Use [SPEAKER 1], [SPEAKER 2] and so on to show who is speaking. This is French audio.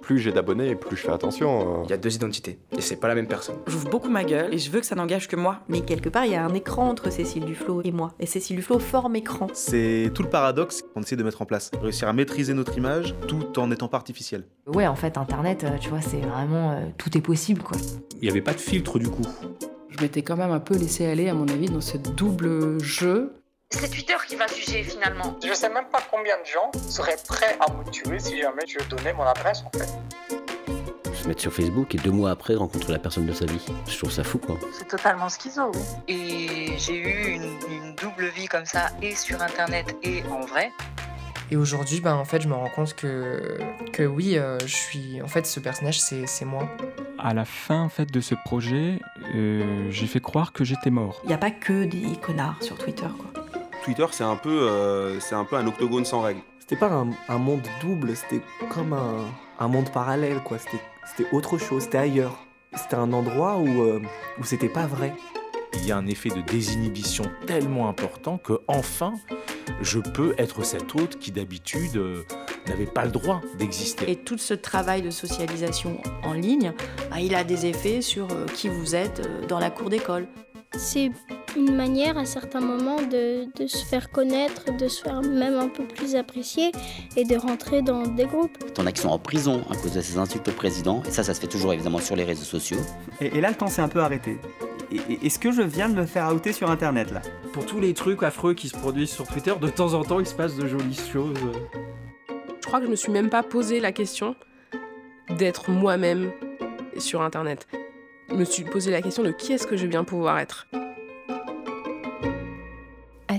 [SPEAKER 1] plus j'ai d'abonnés, plus je fais attention. euh.
[SPEAKER 2] Il y a deux identités et c'est pas la même personne.
[SPEAKER 3] J'ouvre beaucoup ma gueule et je veux que ça n'engage que moi.
[SPEAKER 4] Mais quelque part, il y a un écran entre Cécile Duflo et moi. Et Cécile Duflo forme écran.
[SPEAKER 5] C'est tout le paradoxe qu'on essaie de mettre en place. Réussir à maîtriser notre image tout en étant pas artificiel.
[SPEAKER 6] Ouais, en fait, Internet, euh, tu vois, c'est vraiment euh, tout est possible, quoi.
[SPEAKER 7] Il n'y avait pas de filtre du coup.
[SPEAKER 8] Je m'étais quand même un peu laissé aller, à mon avis, dans ce double jeu.
[SPEAKER 9] C'est Twitter qui va juger finalement.
[SPEAKER 10] Je sais même pas combien de gens seraient prêts à me tuer si jamais je donnais mon adresse en fait.
[SPEAKER 11] Se mettre sur Facebook et deux mois après rencontrer la personne de sa vie. Je trouve ça fou quoi.
[SPEAKER 12] C'est totalement schizo. Oui.
[SPEAKER 13] Et j'ai eu une, une, double vie comme ça, et sur internet et en vrai.
[SPEAKER 14] Et aujourd'hui, ben, en fait, je me rends compte que, que oui, euh, je suis. En fait, ce personnage, c'est moi
[SPEAKER 15] à la fin en fait de ce projet, euh, j'ai fait croire que j'étais mort.
[SPEAKER 4] Il n'y a pas que des connards sur Twitter quoi.
[SPEAKER 16] Twitter c'est un peu euh, c'est un peu un octogone sans règles.
[SPEAKER 17] C'était pas un, un, monde double, c'était comme un, un, monde parallèle quoi, c'était autre chose, c'était ailleurs. C'était un endroit où, euh, où c'était pas vrai.
[SPEAKER 18] Il y a un effet de désinhibition tellement important que enfin je peux être cet autre qui d'habitude euh, n'avait pas le droit d'exister.
[SPEAKER 19] Et tout ce travail de socialisation en ligne, bah, il a des effets sur euh, qui vous êtes euh, dans la cour d'école.
[SPEAKER 20] C'est une manière à certains moments de, de, se faire connaître, de se faire même un peu plus apprécier et de rentrer dans des groupes.
[SPEAKER 11] T'en as qui sont en prison à cause de ces insultes au président, et ça, ça se fait toujours évidemment sur les réseaux sociaux.
[SPEAKER 7] Et, et là, le temps s'est un peu arrêté. Est-ce que je viens de me faire outer sur internet là
[SPEAKER 3] Pour tous les trucs affreux qui se produisent sur Twitter, de temps en temps il se passe de jolies choses.
[SPEAKER 1] Je crois que je me suis même pas posé la question d'être moi-même sur Internet. Je me suis posé la question de qui est-ce que je vais bien pouvoir être.
[SPEAKER 2] À